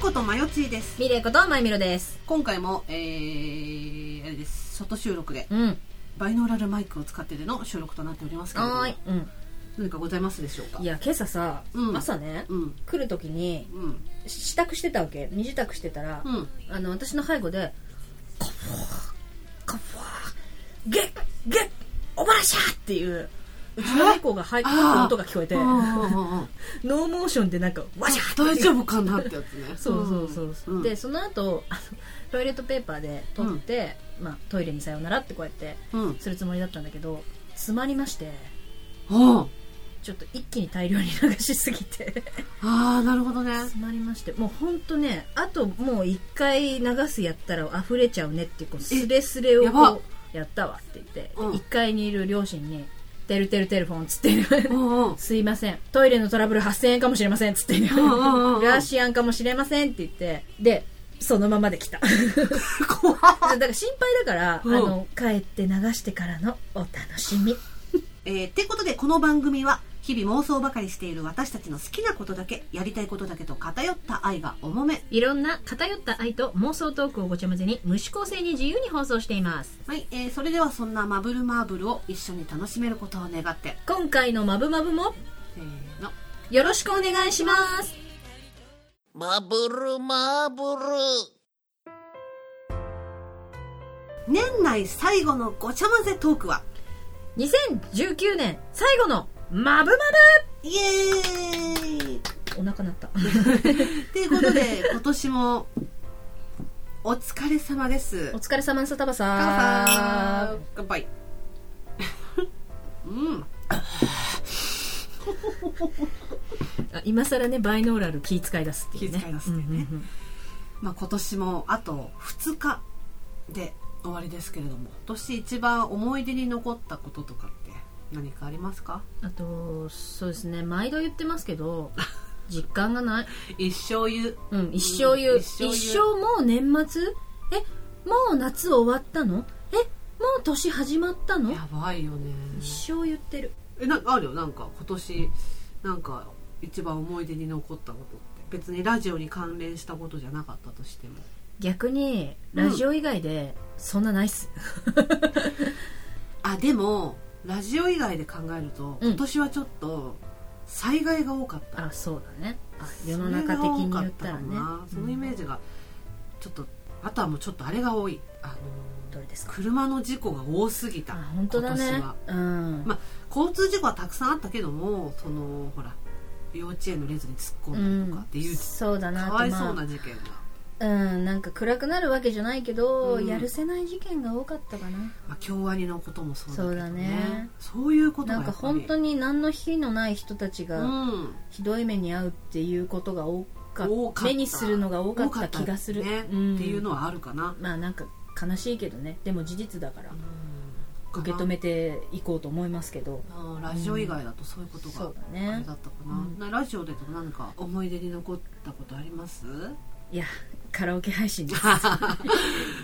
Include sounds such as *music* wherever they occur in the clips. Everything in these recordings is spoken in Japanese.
ことまよちーですミレイことまゆみろです。今回もえー、あれです外収録でうん。バイノーラルマイクを使ってでの収録となっておりますけれどもはーい。うん。何かございますでしょうかいや、今朝さ、うん朝ね、うん来るときに、うん支度してたわけ。二支度してたら、うんあの、私の背後で、カフォー、カフォー、ゲッ、ゲッ、おばらしゃーっていう、うちの猫が入ってくる音が聞こえて、うんうんうんうんノーモーションでなんか、わしゃーって大丈夫かなってやつね *laughs* そうそうそうそう、うんでその後あのトイレットペーパーで取って、まあ、トイレにさようならってこうやってうんするつもりだったんだけど詰まりましてあちょっと一気に大量に流しすぎ *laughs* てあーなるほどね詰まりましてもうほんとねあともう一回流すやったら溢れちゃうねっていうこうスレスレをやばこうやったわって言って、うん1階にいる両親に「てるてるテレフォン」っつって *laughs* うんうんすいませんトイレのトラブル8000円かもしれません」っつってんうんうんガーシアンかもしれません」って言ってでそのままで来た *laughs* 怖っだから心配だから、うんあの帰って流してからのお楽しみえー、ってことでこの番組は日々妄想ばかりしている私たちの好きなことだけやりたいことだけと偏った愛が重めいろんな偏った愛と妄想トークをごちゃ混ぜに無視構性に自由に放送していますはい、えー、それではそんなマブルマーブルを一緒に楽しめることを願って今回の「まぶまぶ」もせーのよろしくお願いしますマブルマーブル。年内最後のごちゃ混ぜトークは2019年最後の「まぶまイエーイぶ」お腹鳴ったということ *laughs* で今年もお疲れ様ですお疲れ様サタバ乾さ杯乾 *laughs* 杯うんあ今更ねバイノーラル気使い出すっていうね気遣い出すっていうねんんんまあ、今年もあと2日で終わりですけれども今年一番思い出に残ったこととかって何かありますかあとそうですね毎度言ってますけど実感がない、一生言ううん、一生言う、一生言う一生もう年末えもう夏終わったのえもう年始まったのやばいよね一生言ってるえなんかあるよなんか今年なんか一番思い出に残ったことって別にラジオに関連したことじゃなかったとしても逆にラジオ以外でそんなないっす、あでもラジオ以外で考えると、うん今年はちょっと災害が多かったあそうだね世の中的に言ったらねそれが多かったかなそのイメージがちょっとあとはもうちょっとあれが多いあのどれですか車の事故が多すぎたあ本当だ今ね年はうん、まあ交通事故はたくさんあったけどもそのほら幼稚園の列に突っ込んだとかっていう、そうだなかとわいまあそうな事件が、うんなんか暗くなるわけじゃないけど、うんやるせない事件が多かったかなまあ、京アニのこともそうだけどねそそううそだねういうことがなやんっぱかり本当に何の非のない人たちがうんひどい目に遭うっていうことが多か多かった目にするのが多かった気がする、多かったねうんっていうのはあるかな、まあなんか悲しいけどねでも事実だからうん受け止めていこうと思いますけどあーラジオ以外だとそういうことそうがだあれねだったかな、うんなラジオでとか何か思い出に残ったことあり *laughs* ますいやカラオケ配信です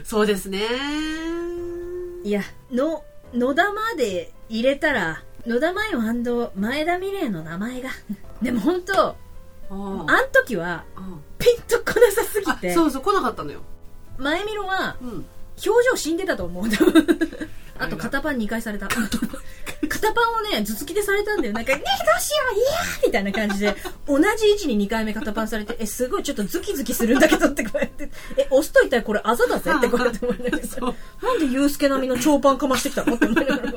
そうですねいやの野田まで入れたら野田麻代前田美玲の名前がでも本当ああーん時はうんピンとこなさすぎあてそうそう来なかったのよ、前見ろは *laughs* うん、表情死んでたと思うあと肩パン2回された肩パンをね頭突きでされたんだよなんか「ねどうしよういやー!」みたいな感じで同じ位置に2回目肩パンされて「えすごいちょっとズキズキするんだけど」ってこうやって「え押すといたらこれあざだぜ」ってこうやって思いながらそうなんでユースケ並みの長パンかましてきたのって思いながら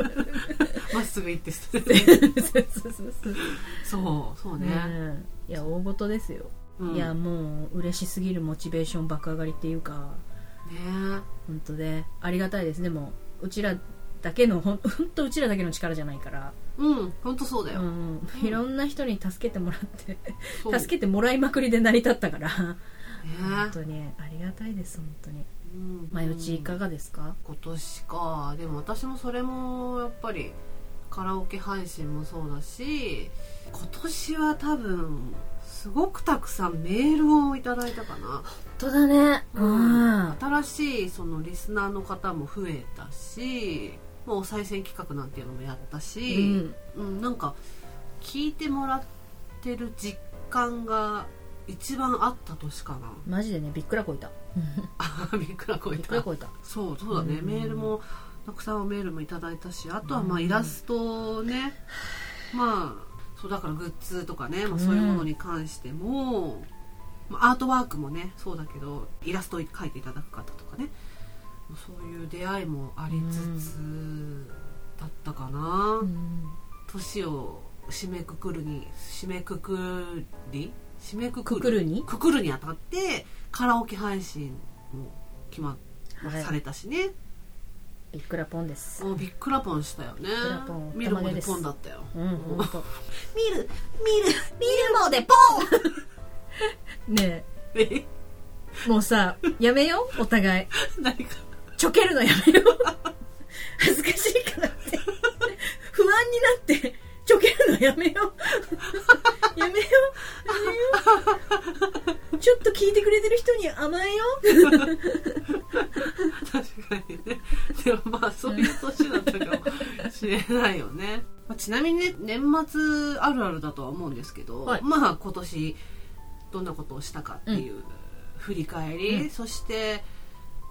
*laughs* まっすぐ行って捨ててそうそうそうそうそうそうね、ねえいや大事ですよ、うんいやねもう嬉しすぎるモチベーション爆上がりっていうか本当でありがたいですでもうちらだけのほん *laughs* ほんとうちらだけの力じゃないから、うん本当そうだうよ、ん、いろんな人に助けてもらってそう助けてもらいまくりで成り立ったから本ね当にありがたいです本当にうんまよちいかがですか今年かでも私もそれもやっぱりカラオケ配信もそうだし今年は多分すごくたくさんメールをいただいたかな、本当だねうん新しいそのリスナーの方も増えたしもうお再選企画なんていうのもやったし、うんなんか聞いてもらってる実感が一番あった年かな *laughs* マジでねびっくらこいたあびっくらこびいっくらたこいたそうそうだね、うんメールもたくさんメールもいただいたしあとはまあうんイラストをね、まあそうだからグッズとかね、まあ、そういうものに関しても、まあ、アートワークもねそうだけどイラストを描いていただく方とかねまあそういう出会いもありつつだったかな、うん年を締めくくるに締めくくり締めくくくるくるにくくるにあたってカラオケ配信も決まっはいされたしね、びっくらぽんですもうびっくらポンしたよねくらポン見るも玉ねでですポンだったよ、うんも本当。見る見る見るもでポン *laughs* ね *laughs* ええもうさやめようお互い何か *laughs* ちょけるのやめよう恥ずかしいからって不安になってちょけるのやめようやめようやめようちょっと聞いてくれてる人に甘えよう確かにねでもまあそういう年だったかもしれないよね、まあちなみにね年末あるあるだとは思うんですけど、はいまあ今年どんなことをしたかっていう振り返り、うんそして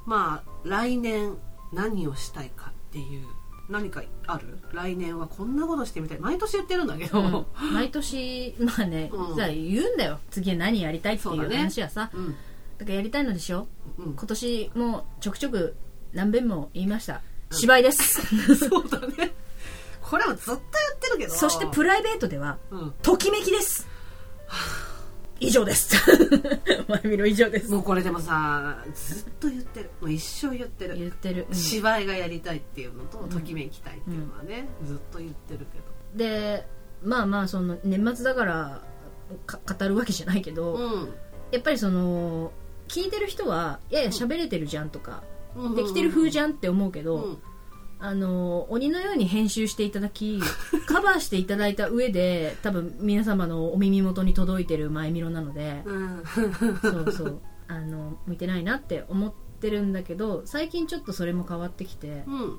まあ来年何をしたいかっていう何かある来年はこんなことしてみたい毎年言ってるんだけど、うん毎年まあね、うんじゃあ言うんだよ次は何やりたいってそういだうね話はさだ,、うんからやりたいのでしょうん今年もちょくちょく何遍も言いました芝居 *laughs* です、そうだねこれはずっとやってるけどそしてプライベートではうんときめきです以上です *laughs* 前見ろ以上ですもうこれでもさずっと言ってるもう一生言ってる言ってる、うん芝居がやりたいっていうのと、んときめきたいっていうのはね、ずっと言ってるけでまあまあその年末だからか語るわけじゃないけど、ど、やっぱりその聞いてる人はいやいや喋れてるじゃんとか、うんできてる風じゃんゃんって思うけど、うんあの鬼のように編集していただき *laughs* カバーしていただいた上で多分皆様のお耳元に届いてる前みろなので、うんそうそうあの向いてないなって思ってるんだけど最近ちょっとそれも変わってきてうん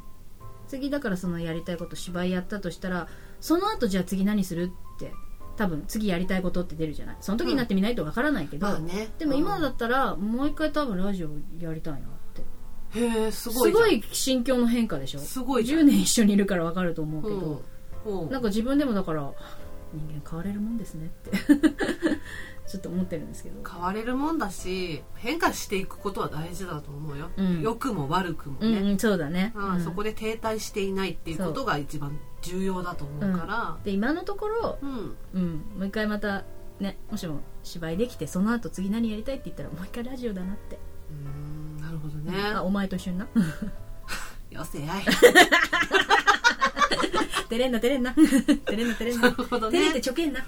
次だからそのやりたいこと芝居やったとしたらその後じゃあ次何するって多分次やりたいことって出るじゃないその時になってみないとわからないけど、まあねでも今だうったらもう一回多分ラジオやりたいなってんへえすすごごいじゃんい心境の変化でしょすごいじゃん10年一緒にいるからわかると思うけど、うんうんなんか自分でもだから人間変われるもんですねって *laughs* ちょっと思ってるんですけど変われるもんだし変化していくことは大事だと思うよ、うん良くも悪くもうん、ね、うん、そうだね、うんうんそこで停滞していないっていうことが一番重要だと思うかで今のところ、ら、うん、うん、もう一回またねもしも芝居できてその後次何やりたいって言ったらもう一回ラジオだなって、うーんなるほどねあお前と一緒にな *laughs* よせやい照れんな照れんな照れんな照れん *laughs* ななるほど照ね *laughs* れてちょけんなあ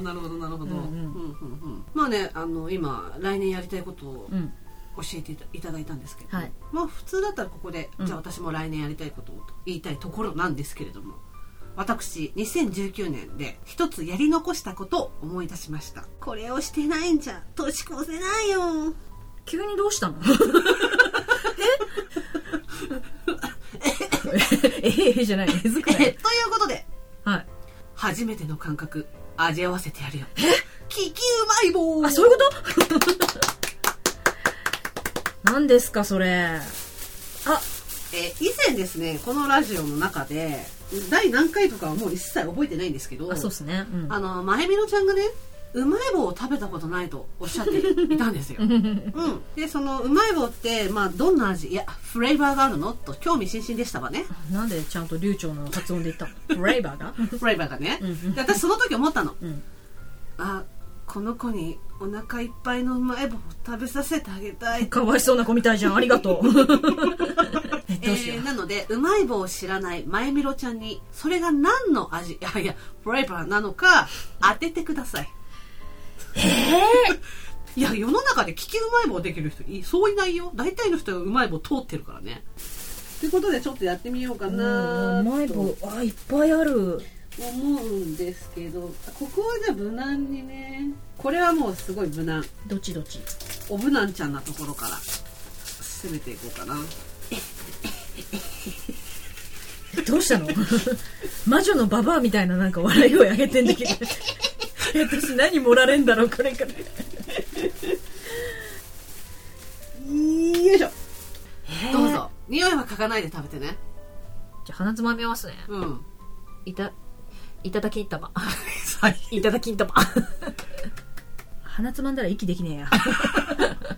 ーなるほどなるほどうんうんうんうんうんまあねあの今来年やりたいことをうん教えていたいただいたんですけど、はいまあ普通だったらここで、うんじゃあ私も来年やりたいことをと言いたいところなんですけれども私2019年で一つやり残したことを思い出しましたこれをしてないんじゃ年越せないよ急にどうしたのえ *laughs* ええじゃないえずく *laughs* とないいうことではい初めての感覚味合わせてやるよ聞きうまい棒あそういうこと何ですかそれあえー以前ですねこのラジオの中で第何回とかはもう一切覚えてないんですけどあそうっすねうんあの前みろちゃんがねうまい棒を食べたことないとおっしゃっていたん *laughs* ですよ、うん、でそのうまい棒って、まあ、どんな味いやフレーバーがあるのと興味津々でしたわねなんでちゃんと流暢な発音で言ったのブレイバーがフレーバーがねうんうんで私その時思ったのうんあこの子にお腹いっぱいのうまい棒を食べさせてあげたいかわいそうな子みたいじゃんありがとうえどうしよえうー、なのでうまい棒を知らない前みろちゃんにそれが何の味いやいやフレーバーなのか当ててください *laughs* ええいや世の中で利きうまい棒できる人いそういないよ大体の人がうまい棒通ってるからねってことでちょっとやってみようかうんなうまい棒とあいっぱいある思うんですけどここはじゃあ無難にねこれはもうすごい無難どっちどっちおぶなんちゃんなところから攻めていこうかなえどうしたの *laughs* 魔女 *laughs* のババアみたいななんか笑い声上げてんだけど私何盛られんだろうこれから匂いは嗅がないで食べてねじゃあ鼻つまみますねうんいたいただきん玉はい *laughs* いただきん玉鼻つまんだら息できね *laughs* えやえ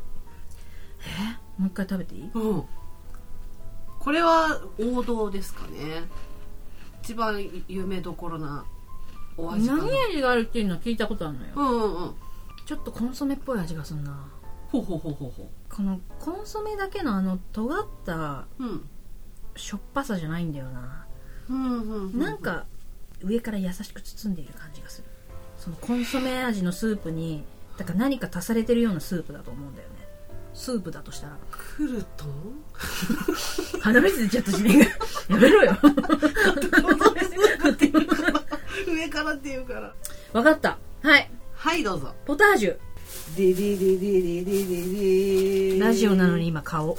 もう一回食べていいうんこれは王道ですかね一番有名どころなお味かな何味があるっていうのは聞いたことあるのようんうんうんちょっとコンソメっぽい味がすんなほうほうほうほうほこのコンソメだけのあの尖ったううんしょっぱさじゃないんだよなうんうんうなんか上から優しく包んでいる感じがするそのコンソメ味のスープにだから何か足されてるようなスープだと思うんだよねスープだとしたらクルトン鼻水出ちゃったしね *laughs* やめろよ *laughs* 上からっていうからわかったはいはいどうぞポタージディディディディディディデュィラジオなのに今顔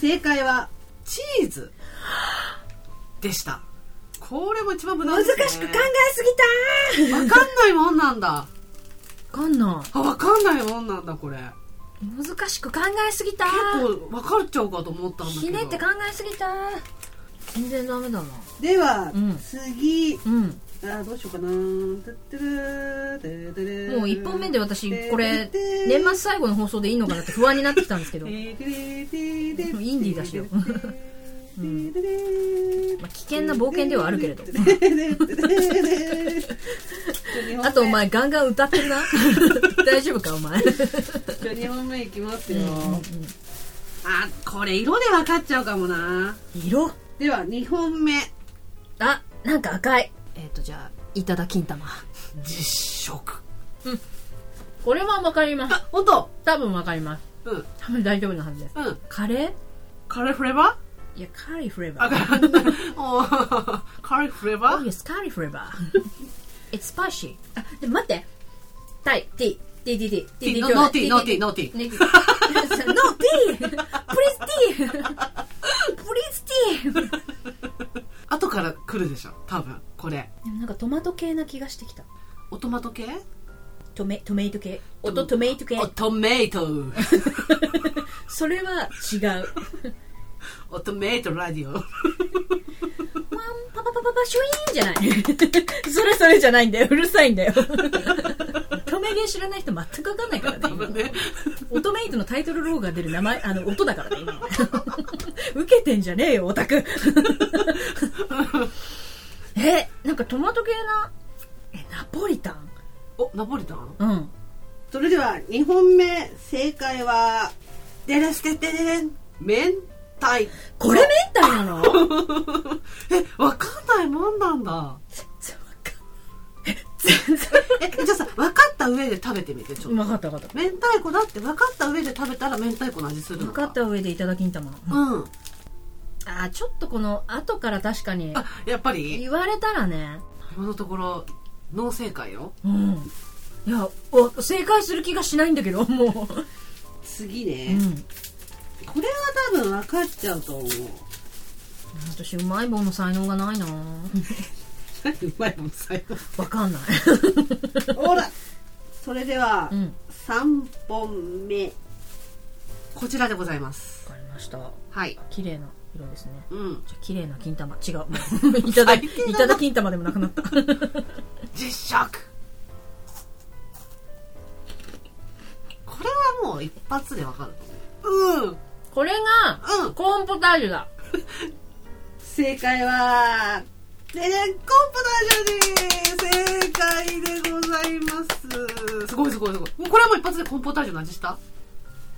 正解はチーズでしたこれも一番無難難です、ね、しく考えすぎたーわかんないもんなんだわかんなあわかんないもんなんだこれい難しく考えすぎたー結構わかっちゃうかと思ったんだけどひねって考えすぎたー全然ダメだなでは、うん次うんあーどうしようかなトゥットゥルートゥトゥルーもう1本目で私これ年末最後の放送でいいのかなって不安になってきたんですけど、まインディィーだしよあ、危険な冒険ではあるけれどあとお前ガンガン歌ってる *laughs* な大丈夫かお前じゃあ2本目いきますよ、あこれ色で分かっちゃうかもな色では2本目あなんか赤いえっ、とじゃあいただきん玉実食これはわかりますあ本当多分わかりますうん多分大丈夫なはずですうんカレーカレーフレーバいやカリーフレーーあバーカレーおーカレーフレーバ Oh ー yes カリーフレーバー *laughs* It's spicy あでも待ってタイティーティーティーティーティーノーティーノーティーノーティーね *laughs* No tea! Please tea! Please tea! 後から来るでしょ多分これでもなんかトマト系な気がしてきた。オトマト系トメ、トメイト系。おとトメイト系。オトメイトそれは違 *laughs* う。ワンオトメイトラディオパパパパパシュイーンじゃない。 *laughs* それそれじゃないんだよ。うるさいんだよ。 *laughs* トメゲ知らない人全くわかんないからね。多分ねオトメイトのタイトルローが出る名前、 *laughs* あの、音だからね、今。受けてんじゃねえよ、オタク。 *laughs* え、なんかトマト系な、え、ナポリタンおナポリタンうん。それでは2本目正解はデレステテレン明太これ明太なの *laughs* えわかんないもんなんだ全然。えじゃあさ分かった上で食べてみてちょっと分かった分かっ明太子だって分かった上で食べたら明太子の味するた。の分かった上でいただきんたま。うんあーちょっとこの後から確かにあやっぱり言われたらね今のところ脳正解ようんいやお正解する気がしないんだけどもう、次うねん、これは多分分かっちゃうと思 *laughs* う私うまい棒の才能がないな何うまいもん最後わかんないほらそれではうん3本目こちらでございますわかりましたはい綺麗な色ですねうんじゃあ綺麗な金玉違うもう *laughs* いただ最低だないただ金玉でもなくな *laughs* った実食これはもう一発で分かるうんこれがうんコーンポタージュだ正解はレレンコンポタージュです正解でございますすごいすごいすごいもうこれはもう一発でコンポタージュの味した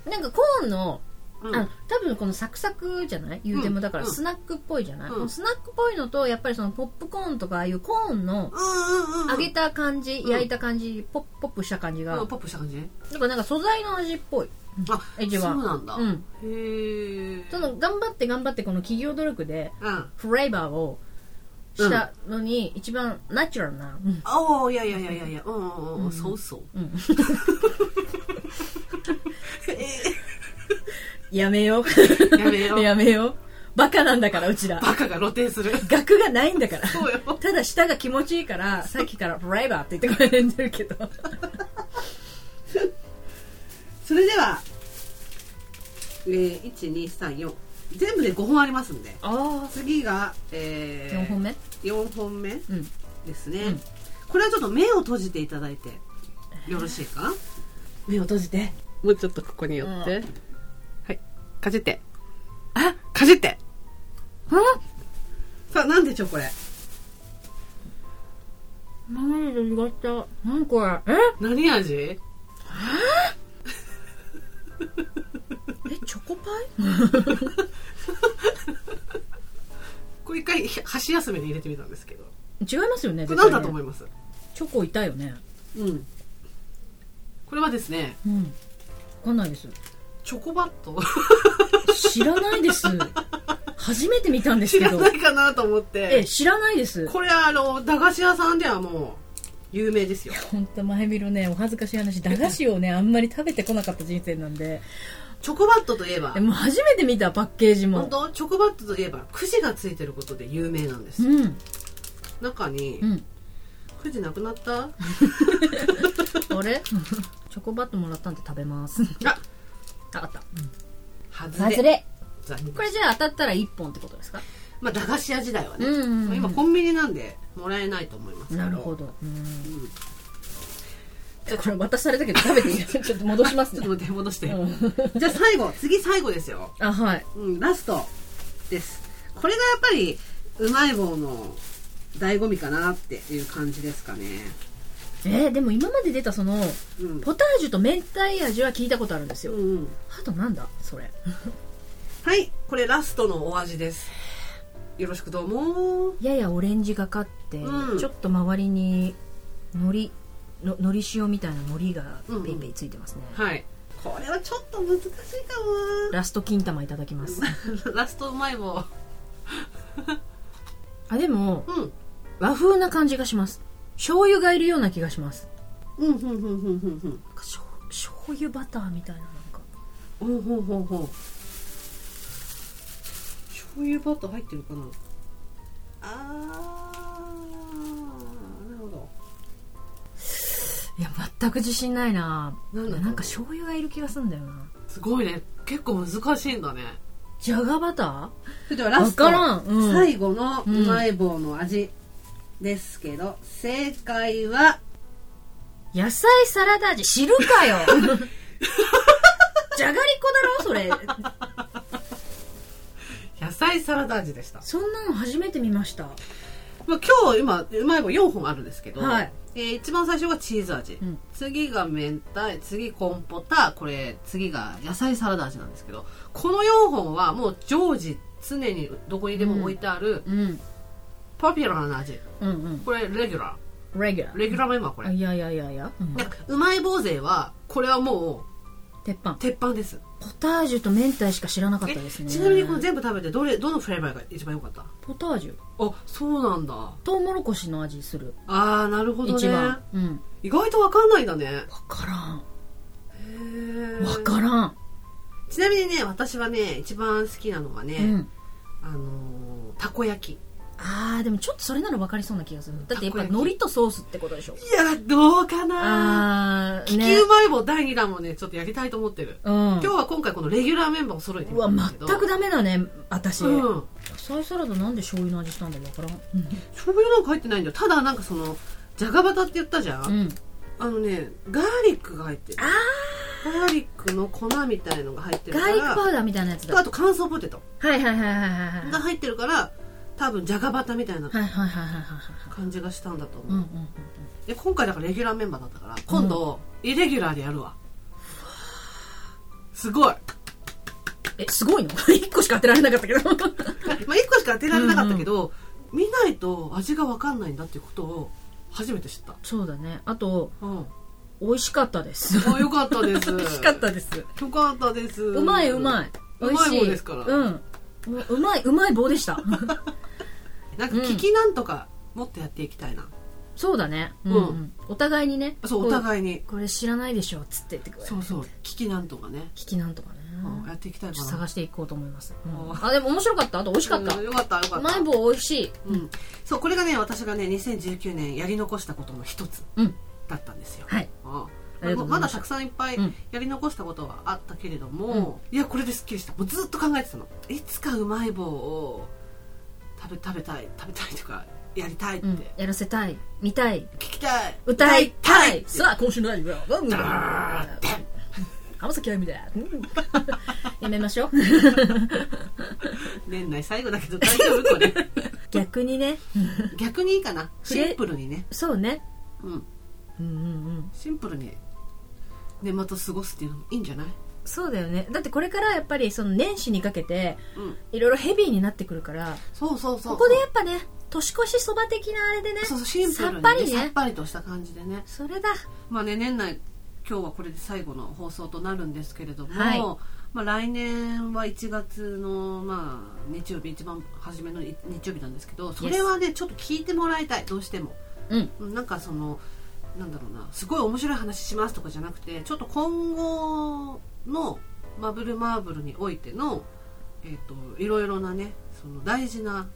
なんかコーンのうんあ多分このサクサクじゃない言うてもだからうんスナックっぽいじゃない、うんこのスナックっぽいのとやっぱりそのポップコーンとかああいうコーンのうんうんうん揚げた感じ、ん焼いた感じポッポップした感じが、うんポップした感じねだからなんか素材の味っぽいあ味はそうなんだ、うんへえその頑張って頑張ってこの企業努力でうんフレーバーをしたのに一番ナチュラルな、うんああいやいやいやいやいやうんうんうん、そうそううん *laughs* やめようやめよう *laughs* やめようバカなんだからうちらバカが露呈する額がないんだからそうよただ舌が気持ちいいからさっきから「フレーバー」って言ってくれてるけどそれでは、えー、1234全部で5本ありますんであ次が、えあ4本目目4本目うんですね、うんこれはちょっと目を閉じていただいてよろしいかな、目を閉じてもうちょっとここに寄って、うはいかじってあかじってあさあなんでしょうこれマーメイド違った何これえ何味えチョコパこれ一回箸休めに入れてみたんですけどイ違いますよねこれ何絶対だと思いますチョコいたよねうんこれはですねうん分かんないですチョコバット知らないです初めて見たんです知けらどないかなと思っえて知らないですこれはあの駄菓子屋さんではもう有名ですよ本当前見るねお恥ずかしい話駄菓子をねあんまり食べてこなかった人生なんでチョコバットといえばでも初めて見たパッケージ本も当チョコバットといえばくじがついてることで有名なんです、うん中にうんくじなくなったあ *laughs* あれチョコバットもらったんで食べ *laughs* ますああった外れ外れ残念これじゃあ当たったら1本ってことですかまあ駄菓子屋時代はね、うんうんうん今コンビニなんでもらえないと思いますけどなるほどうんうんこれ渡されたけど食べていい *laughs* ちょっと戻しますちょっと待ねって戻して、う *laughs* じゃあ最後次最後ですよ、あはいうん、ラストですこれがやっぱりうまい棒の醍醐味かなっていう感じですかねえーでも今まで出たそのうんポタージュと明太味は聞いたことあるんですうよんうんあとなんだそれはいこれラストのお味ですよろしくどうもややオレンジがかって、うんちょっと周りに海苔の海苔塩みたいな海苔がうんうんペイペイついてますね、はいこれはちょっと難しいかもラスト金玉いただきます *laughs* な *laughs* ラストうまい棒あでもうん和風な感じがします醤油がいるような気がしますうんうんうんうんうんなんかしょう醤油バターみたいななんかうんうんほうほうほうほう醤油バター入ってるかなあーなるほどいや全く自信ないななんだろうなんか醤油がいる気がするんだよなすごいね結構難しいんだねじゃがバタそれではーラわストからん、うん、最後のうまい棒の味ですけど、正解は野菜サラダ味知るか *laughs* よじゃがりこだろそれ野菜サラダ味でしたそんなの初めて見ましたまあ、今日今うまい棒4本あるんですけど、はいえー一番最初がチーズ味、うん次が明太次コンポタこれ次が野菜サラダ味なんですけどこの4本はもう常時常にどこにでも置いてあるうんポピュラーな味うんこれレギュラうんレギュラーーレギュラーメンバーこれ、あいやいやいやいや、うんでうまい棒勢はこれはも鉄板う鉄板ですポタージュと明太しか知らなかったですえねちなみにこの全部食べてどれどのフレーバーが一番良かったポタージュあそうなんだトウモロコシの味するあーなるほど一ね番うん意外とわかんないんだねわからへんーわからん、ちなみにね私はね一番好きなのはね、うんあのーたこ焼きあーでもちょっとそれなら分かりそうな気がするだってやったこぱ焼海き苔とソースってことでしょいやどうかなあー利きうまい棒第2弾もねちょっとやりたいと思ってる、うん今日は今回このレギュラーメンバーを揃えてうみたわんですけど全くダメだね私、うん野菜サラダなんで醤油の味したんだろう分から醤油なんか入ってないんだよただなんかそのじゃがバタって言ったじゃん、ん、うんうん、あのねガーリックが入ってるガーリックの粉みたいのが入ってるガかーらリックパウダーみたいなやつだあと乾燥ポテトはいはいはいはいはいはいが入ってるから多分じゃがバタみたいなはいはいはいはいはいはい感じがしたんだと思う、うんうんうんで今回だからレギュラーメンバーだったから今度イレギュラーでやるわ、すごい、えすごいの *laughs* 一個しか当てられなかったけど *laughs* まあ、1個しか当てられなかったけど、見ないと味が分かんないんだっていうことを初めて知った *laughs* そうだねあとうん美味しかったですあよかったです *laughs* 美味しかったですよかったですうまいうまい美う味ましい棒ですからうんううまいうまい棒でし *laughs* たなんか聞きなんとかもっとやっていきたいな、そうだねうんお互いにねそうおい互いにこれ知らないでしょっつって言ってくれそうそう聞きなんとかね、聞きなんとかねうんやっていきたいちかょっとな探していこうと思います、うんおあでも面白かったあと美味しかった、ううんよかったよかったまい棒美味しいうん、そうこれがね私がね2019年やり残したことの一つうんだったんですよ、はいうんありがとうござまいまだしたたくさんいっぱいうんやり残したことはあったけれども、いやこれですっきりしたもうずっと考えてたのいつかうまい棒を食べ食べたい食べたいとかやりたいって、うん聞やらせたい見たいきたい歌いたいってさあ今週のライブはワンダダー浜崎あゆみだ、うんやめましょう年内最後だけど大丈夫これ *laughs* *laughs* 逆にね逆にいいかなシンプルにね、そうねうん、うんうんうんシンプルに年末を過ごすっていうのもいいんじゃない、そうだよねだってこれからやっぱりその年始にかけてうん、いろいろヘビーになってくるからそうそうそうここでやっぱね年越しそば的なあれでねそうそうシンプルに、ね、さっぱりさっねぱりとした感じでねそれだまあね年内今日はこれで最後の放送となるんですけれども、はいまあ、来年は1月の、まあ、日曜日一番初めの日曜日なんですけどそれはねちょっと聞いてもらいたいどうしてもうんうんなんかそのなんだろうなすごい面白い話しますとかじゃなくてちょっと今後のマブルマーブルにおいての、えっといろいろなねその大事な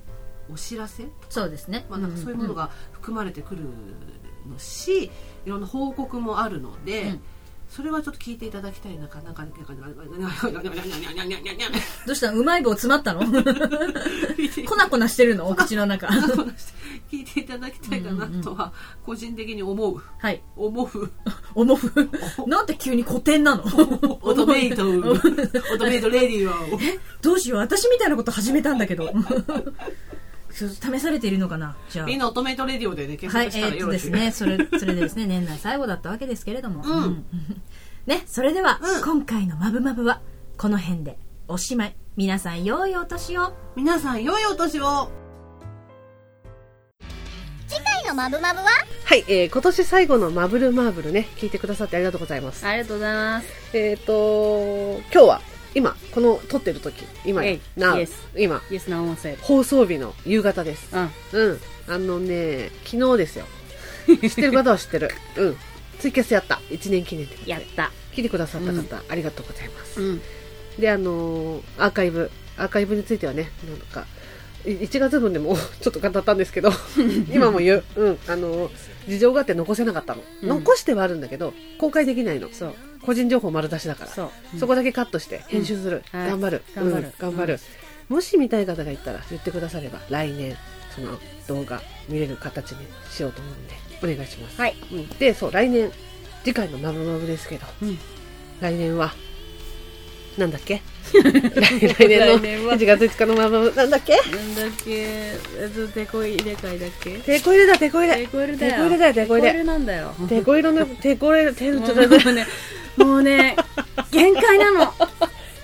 お知らせそうですね、まあ、なんかそういうものが含まれてくるのし、いろんな報告もあるので、うんそれはちょっと聞いていただきたいなかなかなかなかなかなかなかなかなかなかどうしたのうまい棒詰まった *laughs* の粉粉してるのお口の *laughs* 中聞いていただきたいかなとは個人的に思うはい思うおもふなんて急に古典なのオトメイトオ *laughs* おトメイトレディはえ *laughs* どうしよう私みたいなこと始めたんだけど *laughs* そう試されているのかなじゃあみんなオトメイトレディオでね検はい、え索したらーっよとろでしすい、ね、それ、それでですね、年内最後だったわけですけれど *laughs* も。うんね、それでは、うん今回のマブマブは、この辺で、おしまい。皆さん、良いお年を。皆さん良いお年を次回のマブマブははい、えー、今年最後のマブルマーブルね聞いてくださってありがとうございますありがとうございます。えっ、と今日は今この撮ってる時今えいな Yes 今 Yes, now on sale. 放送日の夕方ですうん。うんあのね昨 *laughs* 日ですよ知ってる方は知ってるうんツイキャスやった1年記念ってことでやった。聞いてくださった方、ありがとうございますうん。であのーアーカイブアーカイブについてはねなんかい1月分でも *laughs* ちょっと語ったんで *laughs* すけど今も言う、うん、あのー事情があって残せなかったの、うん残してはあるんだけど公開できないのそう個人情報丸出しだからそう。うんそこだけカットして編集する、うんはい頑張る、頑張るうん頑張る、もし見たい方がいたら言ってくだされば来年その動画見れる形にしようと思うんでお願いします、はいうんでそう来年次回の「マブマブ」ですけど、うん来年はなんだ *laughs* っけ来来年の来年は1月5日の「マブマブ」なんだっけなんだっけ、えっと、デコ入れ替えだっけ手こ入れだ手こ入デれコ入れだよ。デコ入れだよデコ入れデなんだよ。手こ入れの手こ *laughs* 入れ手もちょっと待ってうね、もう *laughs* ね、限界なの。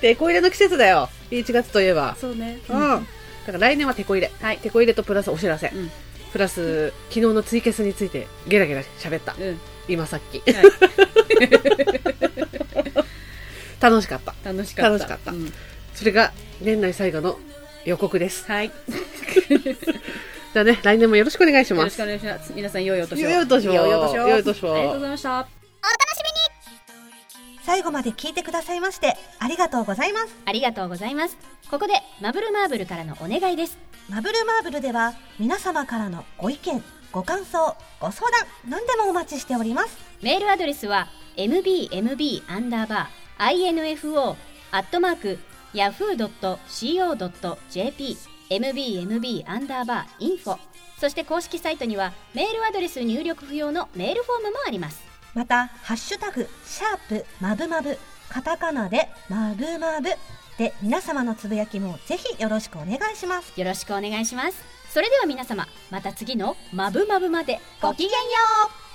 手こ入れの季節だよ1月といえばそうね。うんだから来年はテこ入れ、はいテこ入れとプラスお知らせ、うんプラス昨日のツイキャスについてゲラゲラ喋った、うん。今さっき *laughs* はい楽しかった楽しかった。楽しかったうんそれが年内最後の予告ですはい。よじゃあね来年もよろしくお願いしまろしくすお願いします。皆さん、良いお年を。よいお年を良いお年を。よいお年をありがとうございました。最後まで聞いてくださいましてありがとうございますありがとうございます。ここでマブルマーブルからのお願いです。マブルマーブルでは皆様からのご意見ご感想ご相談何でもお待ちしておりますメールアドレスは mbmb アンダーバー info アットマーク yahoo.co.jp mbmb アンダーバー info そして公式サイトにはメールアドレス入力不要のメールフォームもあります。また「ハッシュタグシャープマブマブ」カタカナで「マブマブ」で皆様のつぶやきもぜひよろしくお願いしますよろしくお願いします。それでは皆様、また次のマブマブまでごきげんよう